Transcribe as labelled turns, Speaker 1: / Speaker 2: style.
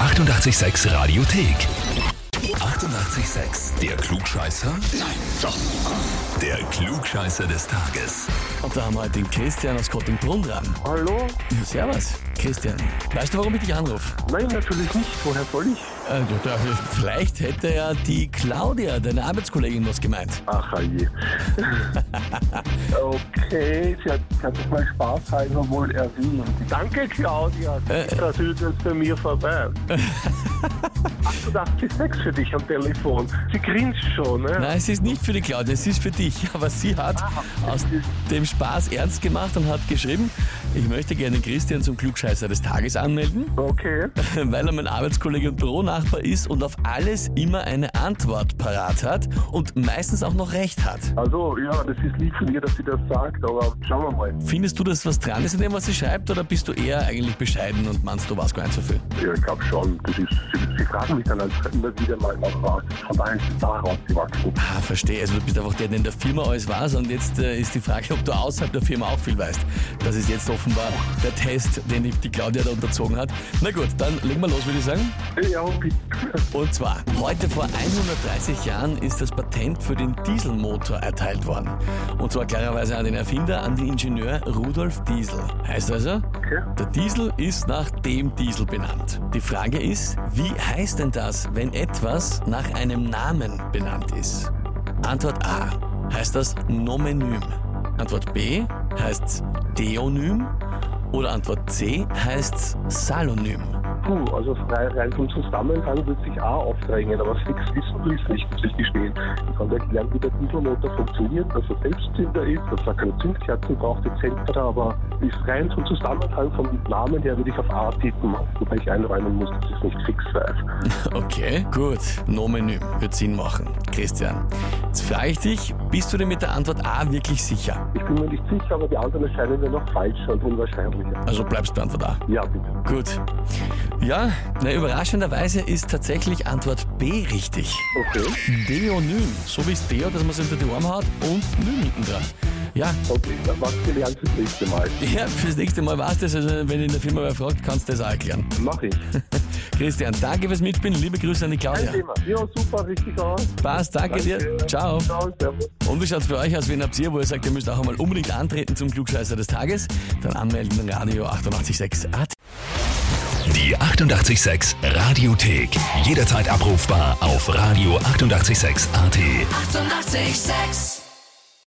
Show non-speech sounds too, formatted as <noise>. Speaker 1: 886 Radiothek. 88,6. Der Klugscheißer? Nein, doch. Der Klugscheißer des Tages.
Speaker 2: Und da haben wir heute den Christian aus Kottingbrunn dran.
Speaker 3: Hallo?
Speaker 2: Servus, Christian. Weißt du, warum ich dich anrufe?
Speaker 3: Nein, natürlich nicht. Woher soll ich?
Speaker 2: Äh, ja, da- vielleicht hätte ja die Claudia, deine Arbeitskollegin, was gemeint.
Speaker 3: Ach, je. okay, sie hat, sie hat das mal spaßhalber wohl erwähnt. Danke, Claudia.
Speaker 2: Äh,
Speaker 3: Das ist jetzt bei mir vorbei. 88,6 für dich am Telefon. Sie grinst schon, ne?
Speaker 2: Nein, es ist nicht für die Claudia, es ist für dich. <laughs> Aber sie hat aus dem Spaß ernst gemacht und hat geschrieben, ich möchte gerne Christian zum Klugscheißer des Tages anmelden, <laughs>
Speaker 3: Okay.
Speaker 2: weil er mein Arbeitskollege und Büronachbar ist und auf alles immer eine Antwort parat hat und meistens auch noch recht hat.
Speaker 3: Also, ja, das ist lieb von ihr, dass sie das sagt, aber schauen wir mal.
Speaker 2: Findest du, dass was dran ist in dem, was sie schreibt, oder bist du eher eigentlich bescheiden und meinst, du warst gar nicht so viel?
Speaker 3: Ja, ich glaube schon. Das ist, sie, sie fragen mich dann halt immer wieder mal nach was. Von daher ist sie da rausgewachsen.
Speaker 2: Ah, verstehe. Also du bist einfach der, der in der Firma alles weiß und jetzt äh, ist die Frage, ob du außerhalb der Firma auch viel weißt. Das ist jetzt offenbar der Test, den die, die Claudia da unterzogen hat. Na gut, dann legen wir los, würde ich sagen.
Speaker 3: Ja, bitte.
Speaker 2: Und zwar, heute vor 130 Jahren ist das Patent für den Dieselmotor erteilt worden. Und zwar klarerweise an den Erfinder, an den Ingenieur Rudolf Diesel. Heißt also, der Diesel ist nach dem Diesel benannt. Die Frage ist, wie heißt denn das, wenn etwas nach einem Namen benannt ist? Antwort A heißt das Nomenym. Antwort B heißt Deonym. Oder Antwort C heißt Salonym. <laughs>
Speaker 3: Puh, also frei rein vom Zusammenhang wird sich A aufdrängen, aber fix wissen will ich nicht, muss ich gestehen. Ich habe ja gelernt, wie der Dieselmotor funktioniert, dass er Selbstzünder ist, dass er keine Zündkerzen braucht etc., aber ist rein vom Zusammenhang vom Namen her würde ich auf A tippen, wobei ich einräumen muss, dass ich es nicht fix weiß.
Speaker 2: Okay, gut. Nomenym wird Sinn machen. Christian, jetzt frage ich dich, bist du dir mit der Antwort A wirklich sicher?
Speaker 3: Ich bin mir nicht sicher, aber die anderen scheinen mir noch falscher und unwahrscheinlicher.
Speaker 2: Also bleibst bei Antwort A.
Speaker 3: Ja, bitte.
Speaker 2: Gut. Ja, na, überraschenderweise ist tatsächlich Antwort B richtig.
Speaker 3: Okay,
Speaker 2: Deonym, so wie es Deo, dass man es hinter die Arme hat und Nym hinten dran. Ja,
Speaker 3: okay, dann was gelernt fürs nächste Mal.
Speaker 2: ja, fürs nächste Mal war's das. Also, wenn ihr in der Firma wer fragt, kannst du das auch erklären. <laughs>
Speaker 3: Mach ich.
Speaker 2: Christian, danke fürs Mitspielen. Liebe Grüße an die
Speaker 3: Kein
Speaker 2: Claudia.
Speaker 3: Thema. Ja, super, richtig aus.
Speaker 2: Passt, danke dir. Ciao.
Speaker 3: Ciao, servus.
Speaker 2: Und wie schaut's bei euch aus? Wen habt ihr, wo ihr sagt, ihr müsst auch einmal unbedingt antreten zum Klugscheißer des Tages? Dann anmelden Radio 886 AT.
Speaker 1: Die 88,6 Radiothek. Jederzeit abrufbar auf radio886.at. 88,6.
Speaker 4: Eighty-eight, sex.